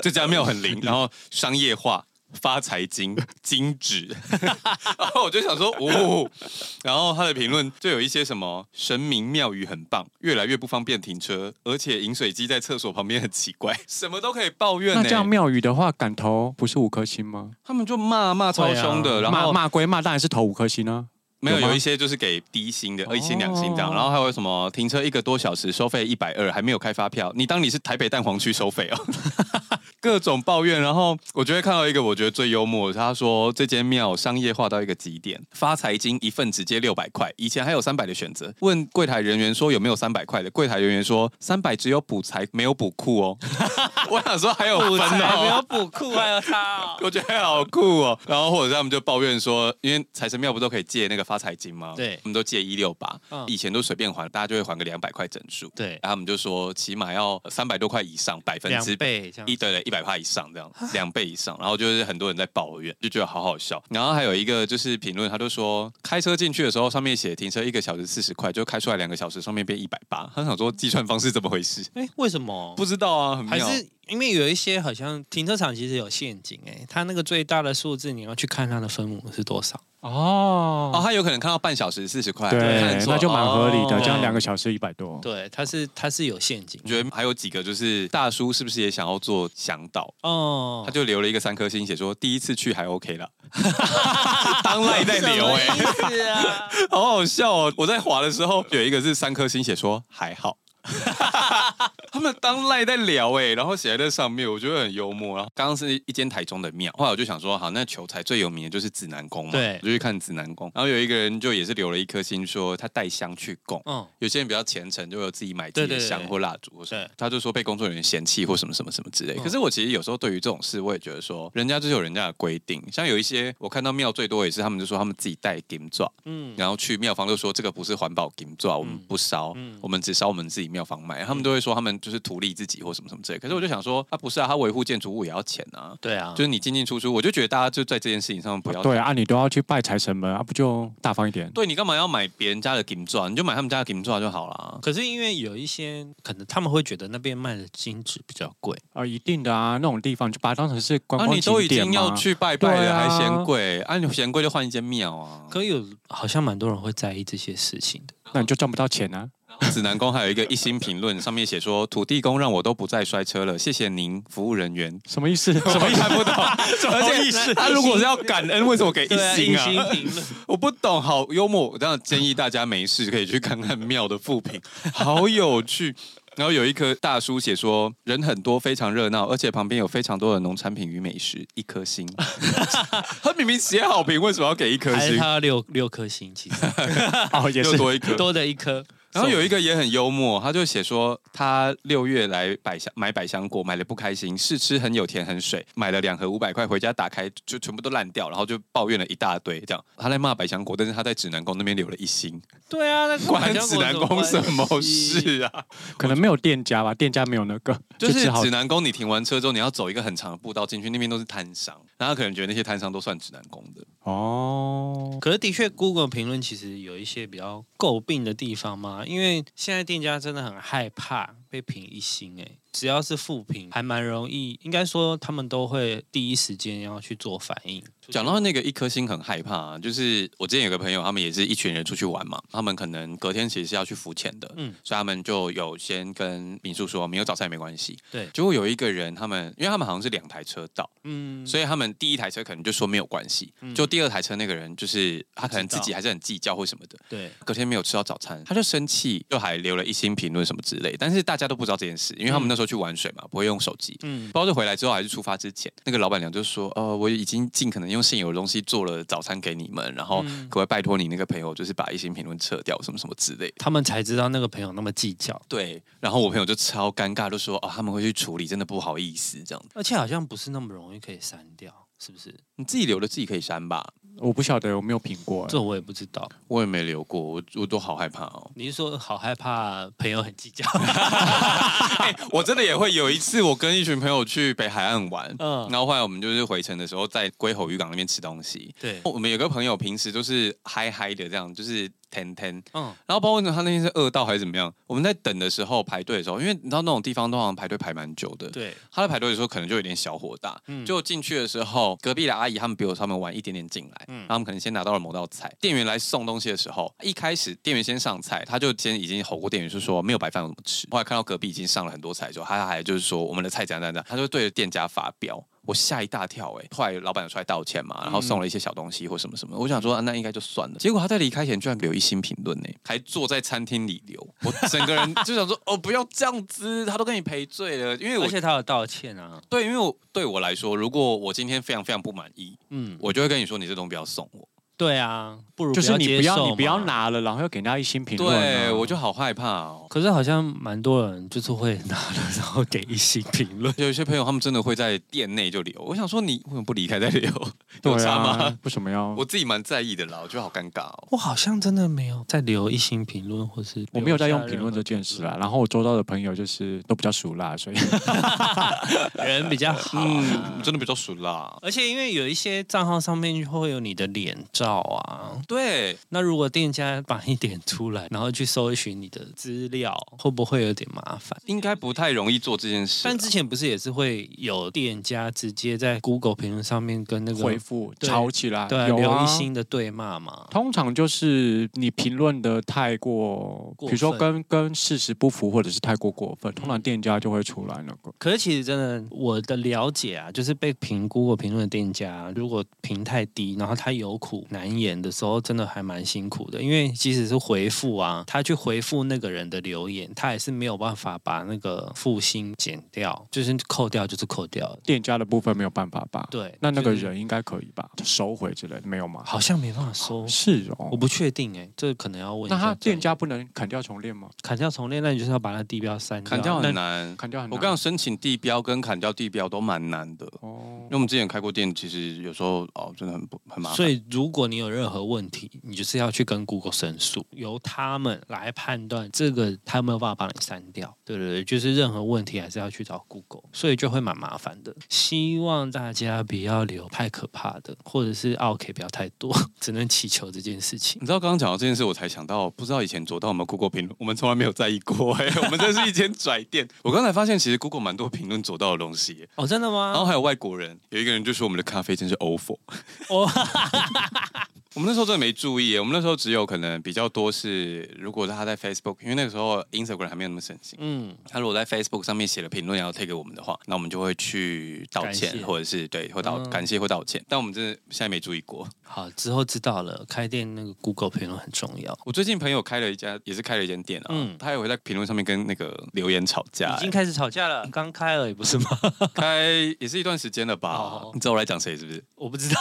B: 这家庙很灵，然后商业化。发财金金纸，然后我就想说，哦，然后他的评论就有一些什么神明庙宇很棒，越来越不方便停车，而且饮水机在厕所旁边很奇怪，什么都可以抱怨、
C: 那
B: 呢。
C: 这样庙宇的话，敢投不是五颗星吗？
B: 他们就骂骂超凶的，
A: 对
B: 呃然
C: 骂
B: 后
C: 骂归骂，当然是投五颗星啊。
B: 没有
C: 有吗
B: 有一些就是给低薪的，
C: 哦
B: 一星两星这样，然后还有什么停车一个多小时收费一百二，还没有开发票，你当你是台北蛋黄区收费哦， [LAUGHS] 各种抱怨。然后我就会看到一个我觉得最幽默的，他说这间庙商业化到一个极点，发财金一份直接六百块，以前还有三百的选择。问柜台人员说有没有三百块的，柜台人员说三百只有补财没有补库哦。 [LAUGHS] 我想说还有分
A: 没
B: 哦
A: 有。补库， [LAUGHS] 还有
B: [LAUGHS]
A: 他。哦
B: 我觉得好酷哦。然后或者是他们就抱怨说，因为财神庙不都可以借那个发财金吗？
A: 对
B: 我们都借一六八
A: 嗯，
B: 以前都随便还，大家就会还个两百块整数。
A: 对，
B: 然后他们就说，起码要三百多块以上，百分
A: 两
B: 之
A: 倍啊这样
B: 一。对对，一百趴以上这样，两倍以上，然后就是很多人在抱怨，就觉得好好笑。然后还有一个就是评论，他就说开车进去的时候，上面写停车一个小时四十块，就开出来两个小时，上面变一百八。他想说计算方式怎么回事？
A: 哎，为什么？
B: 不知道啊，很
A: 还
B: 妙。
A: 是因为有一些好像停车场其实有陷阱哎、它那个最大的数字你要去看它的分母是多少。
C: 哦
B: 哦，他有可能看到半小时四十块，
C: 对
B: 看，错
C: 那就蛮合理的，
B: 哦
C: 这样两个小时一百多。
A: 对，它是它是有陷阱
B: 我。觉得还有几个就是大叔是不是也想要做向导？
A: 哦，
B: 他就留了一个三颗星，写说第一次去还 OK
A: [LAUGHS]
B: 了，当赖在
A: 什
B: 留
A: 么
B: 哎、
A: 意思啊？
B: [LAUGHS] 好好笑哦！我在滑的时候有一个是三颗星，写说还好。 [LAUGHS] 他们当赖在聊哎、然后写在这上面，我觉得很幽默。然后刚刚是一间台中的庙，后来我就想说，好，那球台最有名的就是指南宫嘛，
A: 对
B: 我就去看指南宫。然后有一个人就也是留了一颗星，说他带香去供，
A: 嗯，
B: 有些人比较虔诚，就有自己买自
A: 对
B: 己的
A: 对对
B: 香或蜡烛或什么
A: 对，
B: 他就说被工作人员嫌弃或什么什么什么之类。
A: 嗯
B: 可是我其实有时候对于这种事，我也觉得说，人家就是有人家的规定。像有一些我看到庙最多也是他们就说他们自己带金爪，
A: 嗯，
B: 然后去庙方就说这个不是环保金爪，我们不烧，
A: 嗯
B: 我们只烧我们自己庙方卖。他们都会说他们就是图利自己或什么什么之类。可是我就想说，啊不是啊，他维护建筑物也要钱啊。
A: 对啊，
B: 就是你进进出出，我就觉得大家就在这件事情上不要
C: 对啊，你都要去拜财神门啊，不就大方一点？
B: 对你干嘛要买别人家的金爪？你就买他们家的金爪就好了。
A: 可是因为有一些可能他们会觉得那边卖的金纸比较贵，
C: 啊，一定的啊，那种地方就把它当成是观
B: 啊，
C: 光
B: 你都
C: 景
B: 已
C: 点
B: 经
C: 嘛。
B: 要去拜拜
C: 对
B: 了，
C: 啊
B: 还嫌贵？啊，你嫌贵就换一间庙啊。
A: 可有好像蛮多人会在意这些事情的。
C: 那你就赚不到钱
B: 哦
C: 啊。
B: 指南宫还有一个一星评论，上面写说土地公让我都不再摔车了，谢谢您，服务人员。
C: 什么意
B: [LAUGHS]
C: 思？什么意思？
B: 看不懂，而且他啊如果是要感恩，为什么给 [LAUGHS] 一星啊？
A: 评论，
B: 我不懂，好幽默。我这样建议大家没事可以去看看庙的复评，好有趣。然后有一颗大叔写说，人很多，非常热闹，而且旁边有非常多的农产品与美食，一颗星。他明明写好评，为什么要给一颗
A: 还是
B: 星 [LAUGHS]
A: 他？要六六颗星，其实
C: 哦，也
B: 又
C: 是
B: 多一颗。
A: 多的一颗。
B: 然后有一个也很幽默，他就写说他六月来百香买百香果，买了不开心，试吃很有甜很水，买了两盒五百块，回家打开就全部都烂掉，然后就抱怨了一大堆，这样他在骂百香果，但是他在指南宫那边留了一星，
A: 对啊，那跟百
B: 关
A: 香
B: 指
A: 果
B: 南
A: 有
B: 宫什么
A: 关系？
B: 事啊？
C: 可能没有店家吧，店家没有那个，
B: [LAUGHS]
C: [LAUGHS]
B: 就是
C: 只好
B: 指南宫，你停完车之后，你要走一个很长的步道进去，那边都是摊商，然后他可能觉得那些摊商都算指南宫的。
C: 哦，
A: 可是的确，Google 评论其实有一些比较诟病的地方嘛，因为现在店家真的很害怕被评一星哎、只要是负评，还蛮容易，应该说他们都会第一时间要去做反应。
B: 讲到那个一颗星很害怕、啊，就是我之前有个朋友，他们也是一群人出去玩嘛，他们可能隔天其实是要去浮潜的，嗯
A: 嗯，
B: 所以他们就有先跟民宿说没有早餐也没关系。
A: 对
B: 结果有一个人，他们因为他们好像是两台车到，
A: 嗯，
B: 所以他们第一台车可能就说没有关系，就第二台车那个人就是他可能自己还是很计较或什么的，
A: 对，
B: 隔天没有吃到早餐，他就生气，就还留了一星评论什么之类。但是大家都不知道这件事，因为他们那时候去玩水嘛，不会用手机。
A: 嗯，
B: 包着回来之后还是出发之前，那个老板娘就说：“呃，我已经尽可能用现有的东西做了早餐给你们，然后
A: 嗯
B: 可不可以拜托你那个朋友，就是把一星评论撤掉，什么什么之类的。”
A: 他们才知道那个朋友那么计较，
B: 对，然后我朋友就超尴尬，就说：“哦，他们会去处理，真的不好意思，这样子，
A: 而且好像不是那么容易可以删掉，是不是？
B: 你自己留的自己可以删吧。
C: 我不晓得，我没有评过，
A: 这我也不知道。”。
B: 我也没留过，我我都好害怕哦 [LAUGHS]
A: 你是说好害怕朋友很计较？
B: 哎我真的也会有一次，我跟一群朋友去北海岸玩，
A: 嗯
B: 然后后来我们就是回程的时候，在龟吼渔港那边吃东西。
A: 对，
B: 我们有个朋友平时都是嗨嗨的这样，就是天天，
A: 嗯，
B: 然后包括他那天是饿到还是怎么样，我们在等的时候排队的时候，因为你知道那种地方通常排队排蛮久的，
A: 对，
B: 他在排队的时候可能就有点小火大，
A: 嗯
B: 就进去的时候，隔壁的阿姨他们比我他们晚一点点进来，然后他们可能先拿到了某道菜，店员来送东西的时候，一开始店员先上菜，他就先已经吼过店员是说没有白饭我怎么吃，后来看到隔壁已经上了很多菜之后，他还就是说我们的菜怎样怎样怎样，他就对着店家发飙。我吓一大跳哎、欸！后来老板有出来道歉嘛，然后送了一些小东西或什么什么，我想说、啊那应该就算了。结果他在离开前居然留一星评论呢，还坐在餐厅里留，我整个人就想说 [LAUGHS] 哦不要这样子，他都跟你赔罪了，因为我
A: 而且他有道歉啊，
B: 对，因为我对我来说，如果我今天非常非常不满意，
A: 嗯，
B: 我就会跟你说，你这东西不要送我。
A: 对啊，不如
C: 就是你
A: 接
C: 不
A: 受
C: 要你
A: 嘛
C: 不要。拿了，然后要给人家一星评论啊、
B: 对，我就好害怕哦。
A: 可是好像蛮多人就是会拿了， [LAUGHS] 然后给一星评论。
B: 有一些朋友他们真的会在店内就留，我想说你为什么不离开再留？
C: 对
B: 有差
C: 啊
B: 吗？， [LAUGHS]
C: 为什么要？
B: 我自己蛮在意的啦，我觉得好尴尬哦。
A: 我好像真的没有在留一星评论，或是
C: 我没有在用评论这件事啊啦，然后我周遭的朋友就是都比较熟啦，所以
A: 留下任何，
C: [LAUGHS]
A: 人比较好啊、
B: 嗯，真的比较熟啦。
A: 而且因为有一些账号上面就会有你的脸照啊，
B: 对，
A: 那如果店家把你点出来，然后去搜寻你的资料，会不会有点麻烦？
B: 应该不太容易做这件事
C: 啊
B: 啊啦。
A: 但之前不是也是会有店家直接在 Google 评论上面跟那个
C: 回复
A: 对
C: 吵起来，
A: 对啊、
C: 有
A: 刘
C: 啊
A: 一。星的对骂嘛？
C: 通常就是你评论的太过，比
A: 过
C: 如说跟
A: 分
C: 跟事实不符，或者是太过过分，通常店家就会出来那个。
A: 可是其实真的，我的了解啊，就是被评估或评论的店家，如果评太低，然后他有苦难言的时候，真的还蛮辛苦的。因为即使是回复啊，他去回复那个人的留言，他也是没有办法把那个负心减掉，就是扣掉就是扣掉。
C: 店家的部分没有办法吧？
A: 对，
C: 那那个
A: 就是
C: 人应该可以吧？收回之类的没有吗？
A: 好像没办法收，
C: 是
A: 我
C: 哦。
A: 不确定哎、这可能要问一下
C: 那他
A: 专业
C: 店家不能砍掉重练吗？
A: 砍掉重练，那你就是要把那地标删
B: 砍掉很
A: 那
B: 难。
C: 砍掉很
B: 我
C: 难。
B: 刚刚申请地标跟砍掉地标都蛮难的，
C: 哦
B: 因为我们之前开过店，其实有时候哦，真的很不很麻烦。
A: 所以，如果你有任何问题，你就是要去跟 Google 申诉，由他们来判断这个他有没有办法帮你删掉。对对对，就是任何问题还是要去找 Google，所以就会蛮麻烦的。希望大家不要留太可怕的，或者是 OK 不要太多， [LAUGHS] 只能祈求这件事情。
B: 你知道刚刚讲到这件事，我才想到，不知道以前左道有没有 Google 评论，我们从来没有在意过、哎，我们这是一间拽店。我刚才发现，其实 Google 蛮多评论左道的东西、哎
A: 哦，真的
B: 然后
A: 吗？
B: 还有外国人，有一个人就说我们的咖啡真是 awful。
A: [LAUGHS] 哦
B: 我们那时候真的没注意，哎我们那时候只有可能比较多是，如果他在 Facebook，因为那个时候 Instagram 还没有那么盛行，
A: 嗯，
B: 他如果在 Facebook 上面写了评论，然后推给我们的话，那我们就会去道
A: 感
B: 歉，
A: 谢
B: 或者是对，会道、
A: 嗯
B: 感谢或道歉。但我们真的现在没注意过。
A: 好，之后知道了，开店那个 Google 评论很重要。
B: 我最近朋友开了一家，也是开了一间店啊，
A: 嗯
B: 他也会在评论上面跟那个留言吵架、
A: 已经
B: 欸
A: 开始吵架了，刚开了也不是 [LAUGHS] 吗？
B: 开也是一段时间了吧？
A: 哦
B: 你知道我来讲谁是不是？
A: [LAUGHS] 我不知道，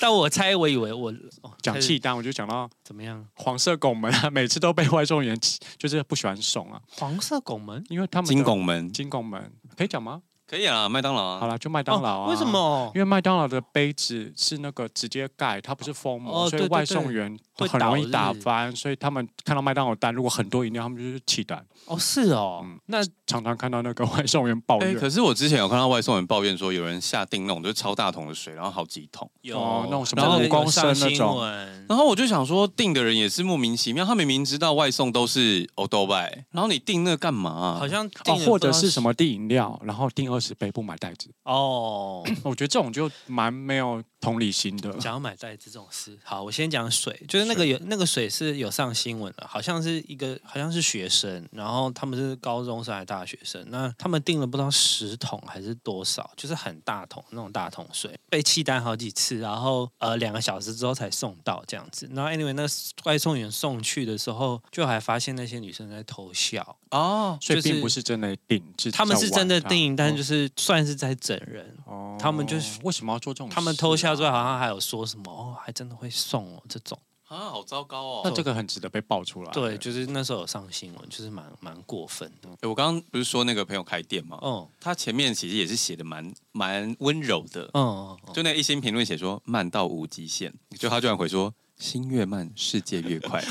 A: 但我猜，我以为我我哦
C: 讲
A: 开始
C: 契丹，我就讲到
A: 怎么样？
C: 黄色拱门啊， [LAUGHS] 每次都被外送员就是不喜欢送啊，
A: 黄色拱门
C: 因为他们的
B: 金拱门
C: 金拱门可以讲吗？
B: 可以啊，麦当劳
C: 好
B: 啊，
C: 啦，就麦当劳啊、
A: 哦为什？么
C: 因为麦当劳的杯子是那个直接盖，它不是封膜，
A: 哦
C: 所
A: 对对
C: 以外送员
A: 会
C: 很容易
A: 倒
C: 打
A: 是不是
C: 翻，所以他们看到麦当劳单如果很多饮料，他们就是弃单。
A: 哦，是哦，
C: 嗯
A: 那
C: 常常看到那个外送员抱
B: 哎、
C: 怨，哦
B: 可是我之前有看到外送人抱怨说，有人下订那种就是超大桶的水，然后好几桶，
A: 有、
C: 哦那种什么
A: 然后
C: 五
A: 有
C: 公
A: 上
C: 升那
A: 新
C: 种哦
A: 闻
B: 然后我就想说，订的人也是莫名其妙，他明明知道外送都是欧豆拜，然后你订那个干嘛啊、
A: 好像
C: 哦
A: 订了
C: 或
A: 不
C: 者
A: 知道
C: 是什么订饮料，然后订二十杯不买袋
A: [LAUGHS]
C: 子，
A: 哦，
C: 我觉得这种就蛮没有同理心的。
A: 想要买袋子这种事。好，我先讲水，就是那个有那个水是有上新闻的，好像是一个好像是学生，然后他们是高中生还是大学生，那他们订了不知道十桶还是多少，就是很大桶那种大桶水，被弃单好几次，然后呃两个小时之后才送到这样子。然后 anyway 那外送员送去的时候，就还发现那些女生在偷笑，
B: 哦，
C: 所以
A: 就是
C: 并不是真的订，是
A: 他们是真的订，但就是是算是在整人。他们就是
C: 为什么要做这种事啊、
A: 他们偷笑之外，好像还有说什么哦，还真的会送哦这种。
B: 啊，好糟糕哦。
C: 那这个很值得被爆出来。
A: 对，就是那时候有上新闻，就是蛮蛮过分的。
B: 哎我刚刚不是说那个朋友开店吗？
A: 嗯
B: 他前面其实也是写的蛮蛮温柔的，
A: 嗯，嗯
B: 就那一星评论写说慢到无极限，就他居然回说心越慢，世界越快。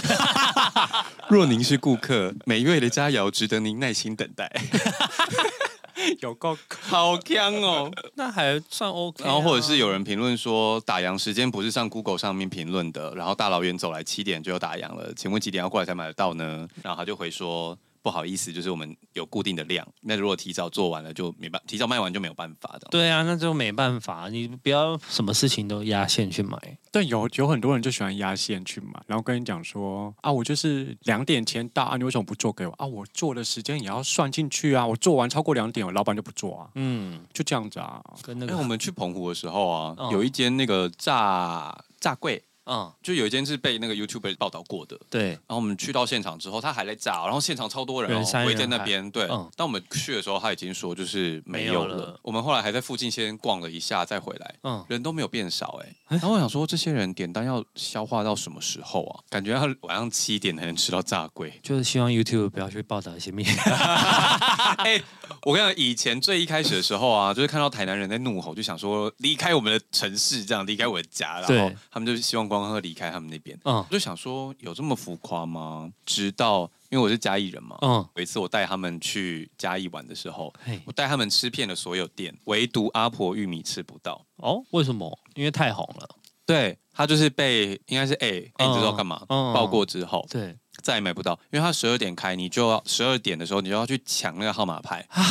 B: [LAUGHS] 若您是顾客，每一位的佳肴值得您耐心等待。
C: 有够
B: 好香哦！
A: 那还算 OK 啊。
B: [LAUGHS] 然后或者是有人评论说打烊时间不是上 Google 上面评论的，然后大老远走来七点就有打烊了，请问几点要过来才买得到呢？然后他就回说。不好意思，就是我们有固定的量，那如果提早做完了就没办，提早卖完就没有办法的。
A: 对啊，那就没办法，你不要什么事情都压线去买。
C: 但有有很多人就喜欢压线去买，然后跟你讲说啊，我就是两点前到啊，你为什么不做给我啊？我做的时间也要算进去啊，我做完超过两点，我老板就不做啊，
A: 嗯，
C: 就这样子啊。
A: 跟那
B: 因
A: 个
B: 为哎我们去澎湖的时候啊，
A: 嗯
B: 有一间那个炸炸柜，
A: 嗯，
B: 就有一间是被那个 YouTuber 报道过的。
A: 对，
B: 然后我们去到现场之后，他还在炸哦，然后现场超多人、
A: 人山人
B: 哦，围在那边。对，
A: 嗯
B: 但我们去的时候，他已经说就是没有了。
A: 没有了
B: 我们后来还在附近先逛了一下，再回来，
A: 嗯，。
B: 人都没有变少哎、然后我想说，这些人点单要消化到什么时候啊？感觉要晚上七点才能吃到炸龟
A: 就是希望 YouTube 不要去报道一些面。
B: 哎、我跟你讲，以前最一开始的时候啊， [LAUGHS] 就是看到台南人在怒吼，就想说离开我们的城市，这样离开我的家，然后
A: 对
B: 他们就希望观光客离开他们那边。
A: 嗯
B: 我就想说，有这么浮夸吗？直到因为我是嘉义人嘛，
A: 嗯，
B: 有一次我带他们去嘉义玩的时候，
A: 嘿，
B: 我带他们吃遍了所有店，唯独阿婆玉米吃不到。
A: 哦，为什么？因为太红了。
B: 对，他就是被应该是 A，哎、你知道干嘛？
A: 嗯
B: 报过之后
A: 对，
B: 再也买不到，因为他十二点开，你就要十二点的时候你就要去抢那个号码牌。
A: 啊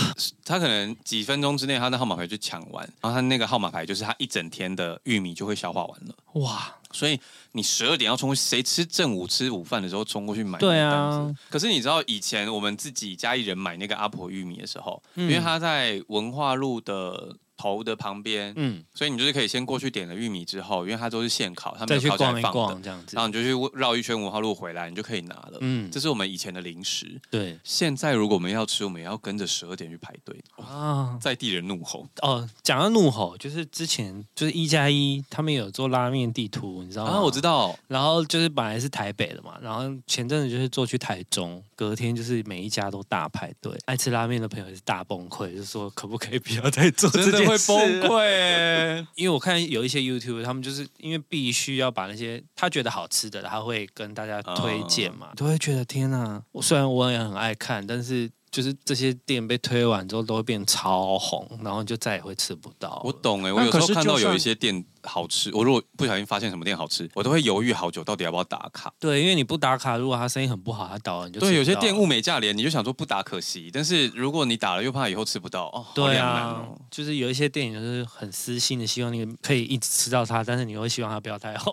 B: 他可能几分钟之内他的号码牌就抢完，然后他那个号码牌就是他一整天的玉米就会消化完了。
A: 哇，
B: 所以你十二点要冲过去，谁吃正午吃午饭的时候冲过去买？
A: 对啊。
B: 可是你知道以前我们自己家里人买那个阿婆玉米的时候，
A: 嗯
B: 因为它在文化路的头的旁边，
A: 嗯，
B: 所以你就是可以先过去点了玉米之后，因为它都是现烤，他
A: 再
B: 们
A: 去
B: 烤起
A: 逛
B: 来
A: 一
B: 放的，
A: 逛这样子
B: 然。后你就去绕一圈文化路回来，你就可以拿了。
A: 嗯，
B: 这是我们以前的零食。
A: 对
B: 现在如果我们要吃，我们也要跟着十二点去排队。
A: 啊，
B: 在地人怒吼
A: 哦，讲到怒吼，就是之前就是一加一，他们有做拉面地图，你知道吗？
B: 啊！我知道，
A: 然后就是本来是台北的嘛，然后前阵子就是坐去台中，隔天就是每一家都大排队，爱吃拉面的朋友也是大崩溃，就说可不可以不要再做
B: 真
A: [LAUGHS] 这
B: 的
A: 件
B: 会
A: 事
B: 崩
A: 了？
B: 溃欸。
A: 因为我看有一些 YouTube，他们就是因为必须要把那些他觉得好吃的，他会跟大家推荐嘛，啊都会觉得天哪！我虽然我也很爱看，但是就是这些店被推完之后都会变超红，然后就再也会吃不到了。
B: 我懂哎、我
C: 哦那
B: 有时
C: 可
B: 候
C: 是
B: 看
C: 就
B: 到有
C: 算
B: 一些店好吃，我如果不小心发现什么店好吃，我都会犹豫好久，到底要不要打卡。
A: 对，因为你不打卡，如果他生意很不好，他倒了你就吃
B: 对，
A: 不
B: 有些
A: 到
B: 店
A: 了
B: 物美价廉，你就想说不打可惜，但是如果你打了又怕以后吃不到，哦，好
A: 对
B: 两难
A: 啊
B: 哦。，
A: 就是有一些电影就是很私心的，希望你可以一直吃到它，但是你会希望它不要太好。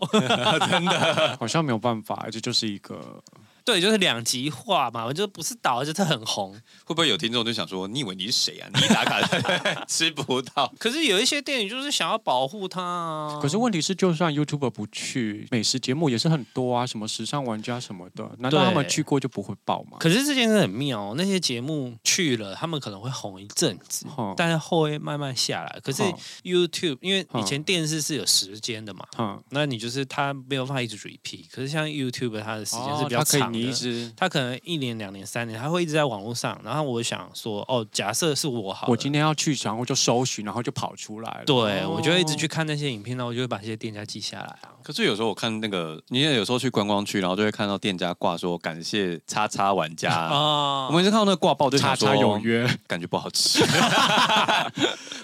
C: 好像没有办法，这就是一个
A: [LAUGHS] 对，就是两极化嘛，我就不是倒就是很红。
B: 会不会有听众就想说，你以为你是谁啊？你一打卡 [LAUGHS] 吃不到，
A: 可是有一些电影就是想要保护它啊。
C: 可是问题是，就算 YouTube 不去，美食节目也是很多啊，什么时尚玩家什么的，难道他们
A: 对
C: 去过就不会爆吗？
A: 可是这件事很妙、哦，那些节目去了，他们可能会红一阵子，
C: 哼
A: 但是后会慢慢下来。可是
C: 哼
A: YouTube 因为以
C: 嗯
A: 前电视是有时间的嘛，
C: 哼，
A: 那你就是它没有办法一直 repeat。可是像 YouTube 它的时间是比较
C: 哦它可以
A: 长的，
C: 你一直。
A: 它可能一年、两年、三年，它会一直在网络上。然后我想说，哦，假设是我好了，
C: 我今天要去，然后就搜寻，然后就跑出来了。
A: 对、
C: 哦
A: 我就会一直去看那些影片，然后我就会把这些店家记下来啊。
B: 可是有时候我看那个，你也有时候去观光区，然后就会看到店家挂说感谢叉叉玩家。
A: 啊
B: 我们是看到那个挂报就
C: 叉
B: 想说
C: 哦叉有约， [LAUGHS]
B: 感觉不好吃。 [LAUGHS]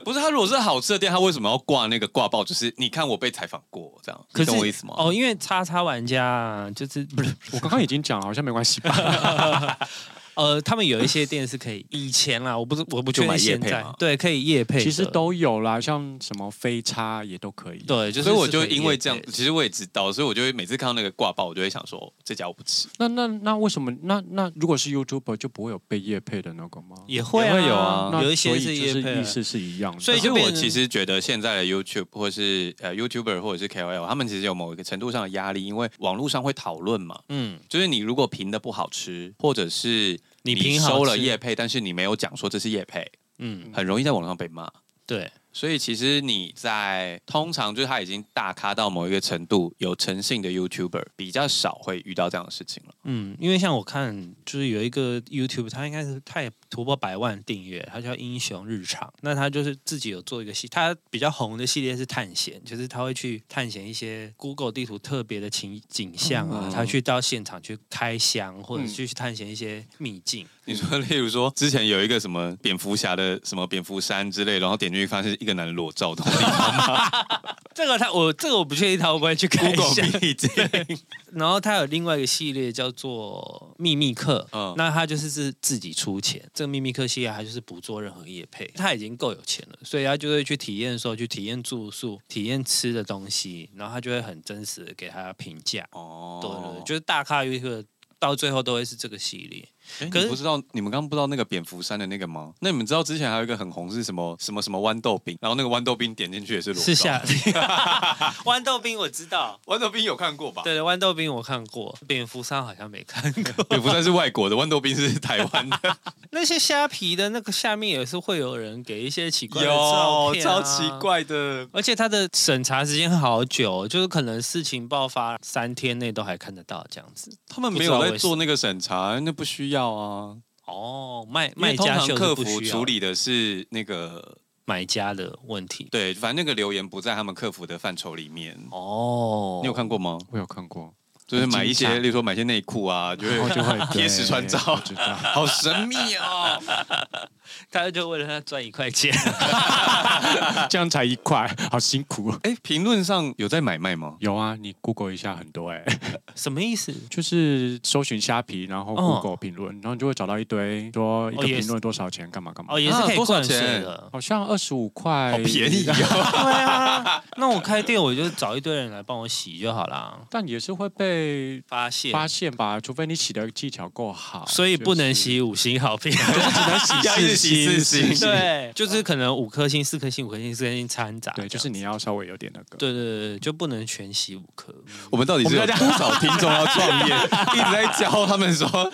B: 不是他如果是好吃的店，他为什么要挂那个挂报？就是你看我被采访过这样，
A: 可
B: 你
A: 是
B: 懂我意思吗？
A: 哦，因为叉叉玩家啊就是不是
C: 我刚刚已经讲了，好像没关系吧？
A: 呃，他们有一些店是可以以前啦，我不是我不确
B: 就买
A: 定
B: 业
A: 现
B: 配
A: 在
B: 嘛
A: 对可以夜配的，
C: 其实都有啦，像什么飞叉也都可以。
A: 对，就是
B: 所以我
A: 是
B: 就
A: 可
B: 因为这
A: 业
B: 样
A: 配，的
B: 其实我也知道，所以我就会每次看到那个挂报，我就会想说这家我不吃。
C: 那那那为什么？那那如果是 YouTuber 就不会有被业配的那个吗？
A: 也会、啊、
B: 会有啊
C: 那
A: 有一些
C: 所以
A: 业
C: 就是
A: 配
C: 意
A: 啊，
C: 思是一样的。
A: 所以
B: 可是
A: 就
B: 我
A: 变成
B: 其实觉得现在的 YouTube 或是呃 YouTuber 或者是 KOL，他们其实有某一个程度上的压力，因为网络上会讨论嘛。
A: 嗯，
B: 就是你如果评的不好吃，或者是
A: 你评好
B: 收了
A: 吃
B: 叶配，但是你没有讲说这是叶配，
A: 嗯，
B: 很容易在网上被骂。
A: 对，
B: 所以其实你在通常就是他已经大咖到某一个程度，有诚信的 YouTuber 比较少会遇到这样的事情了。
A: 嗯，因为像我看，就是有一个 YouTube，他应该是他也突破百万订阅，他叫英雄日常。那他就是自己有做一个系，他比较红的系列是探险，就是他会去探险一些 Google 地图特别的情景象啊，
B: 嗯
A: 他去到现场去开箱，或者
C: 嗯
A: 去去探险一些秘境。
B: 你说，例如说之前有一个什么蝙蝠侠的什么蝙蝠山之类，然后点进去发现是一个男的裸照，同
A: [LAUGHS]
B: 一
A: 这个他我这个我不确定他会不会去开箱。 [LAUGHS]
B: Google 毕竟，
A: 然后他有另外一个系列叫做秘密课，
B: 嗯
A: 那他就是自自己出钱。这个秘密课系列他就是不做任何业配，他已经够有钱了，所以他就会去体验的时候去体验住宿、体验吃的东西，然后他就会很真实的给他评价。
B: 哦
A: 对对对，就是大咖 y o u t u b 到最后都会是这个系列。
B: 哎
A: 可
B: 你
A: 是
B: 不知道你们刚刚不知道那个蝙蝠山的那个吗？那你们知道之前还有一个很红是什么什么什么豌豆冰，然后那个豌豆冰点进去也是裸照。
A: [LAUGHS] 是啊下豌豆冰我知道，
B: 豌豆冰有看过吧？
A: 对对，豌豆冰我看过，蝙蝠山好像没看过。
B: 蝙蝠山是外国的，豌豆冰是台湾的。
A: 那些虾皮的那个下面也是会 [LAUGHS] 有人给一些奇怪的照片、啊
B: 哦超奇。怪的。
A: 而且它的审查时间好久，就是可能事情爆发三天内都还看得到这样子。
B: 他们没有在做那个审查，那不需要啊。
A: 哦，卖
B: 因为
A: 卖
B: 通
A: 家
B: 常
A: 秀
B: 客
A: 是不
B: 服
A: 需要
B: 处理的是那个，
A: 买家的问题。
B: 对，反正那个留言不在他们客服的范畴里面。
A: 哦，
B: 你有看过吗？
C: 我有看过，
B: 就是买一
C: 很
B: 些，
C: 精
B: 例如说买一些内裤啊，就
C: 然后
B: 会
A: [LAUGHS]
C: 就会
B: 贴实穿照
C: 对我知道。
B: [LAUGHS] 好神秘哦。
A: 他就为了他赚一块 [LAUGHS] 钱，
C: 这样才一块，好辛苦。哦
B: 哎，评论上有在买卖吗？
C: 有啊，你 Google 一下很多哎、
A: 什么意思？
C: 就是搜寻虾皮，然后
A: 哦
C: Google 评论，然后你就会找到一堆说一个
A: 哦也是
C: 评论多少钱，干嘛干嘛嗯
A: 哦，。也是可以
B: 多少
A: 灌水
B: 钱
A: [LAUGHS] 的。
C: 好像二十五块，
B: 好便宜哦。
A: 对啊，那我开店我就找一堆人来帮我洗就好啦。
C: [LAUGHS] 但也是会被
A: 发现，
C: 发现吧，除非你洗的技巧够好。
A: 所以不能
C: 就是
A: 洗五星好评。
B: 要
C: [LAUGHS]
B: 一直洗四星，
A: 对， [LAUGHS] 就是可能五颗星、四颗星、五颗星、四颗星掺杂。
C: 对，就是
A: 这样
C: 你要稍微有点那个。
A: 对。对对对，就不能全洗五颗。
B: 我们到底是有多少听众要创业，一直在教他们说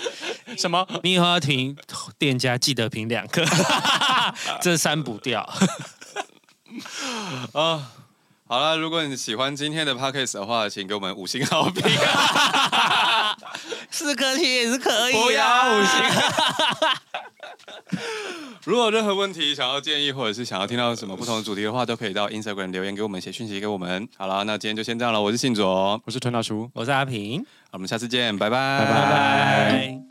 B: 什么？
A: 你以后要停店家，记得评两颗， [LAUGHS] 这删不掉。
B: 啊、好了，如果你喜欢今天的 podcast 的话，请给我们五星好评，
A: 四颗星也是可以、啊。
B: 不要五星。 [LAUGHS] 如果有任何问题想要建议，或者是想要听到什么不同的主题的话，都可以到 Instagram 留言给我们，写讯息给我们。好了，那今天就先这样了。我是信卓，
C: 我是吞大叔，
A: 我是阿平，
B: 我们下次见，
C: 拜
A: 拜拜。啊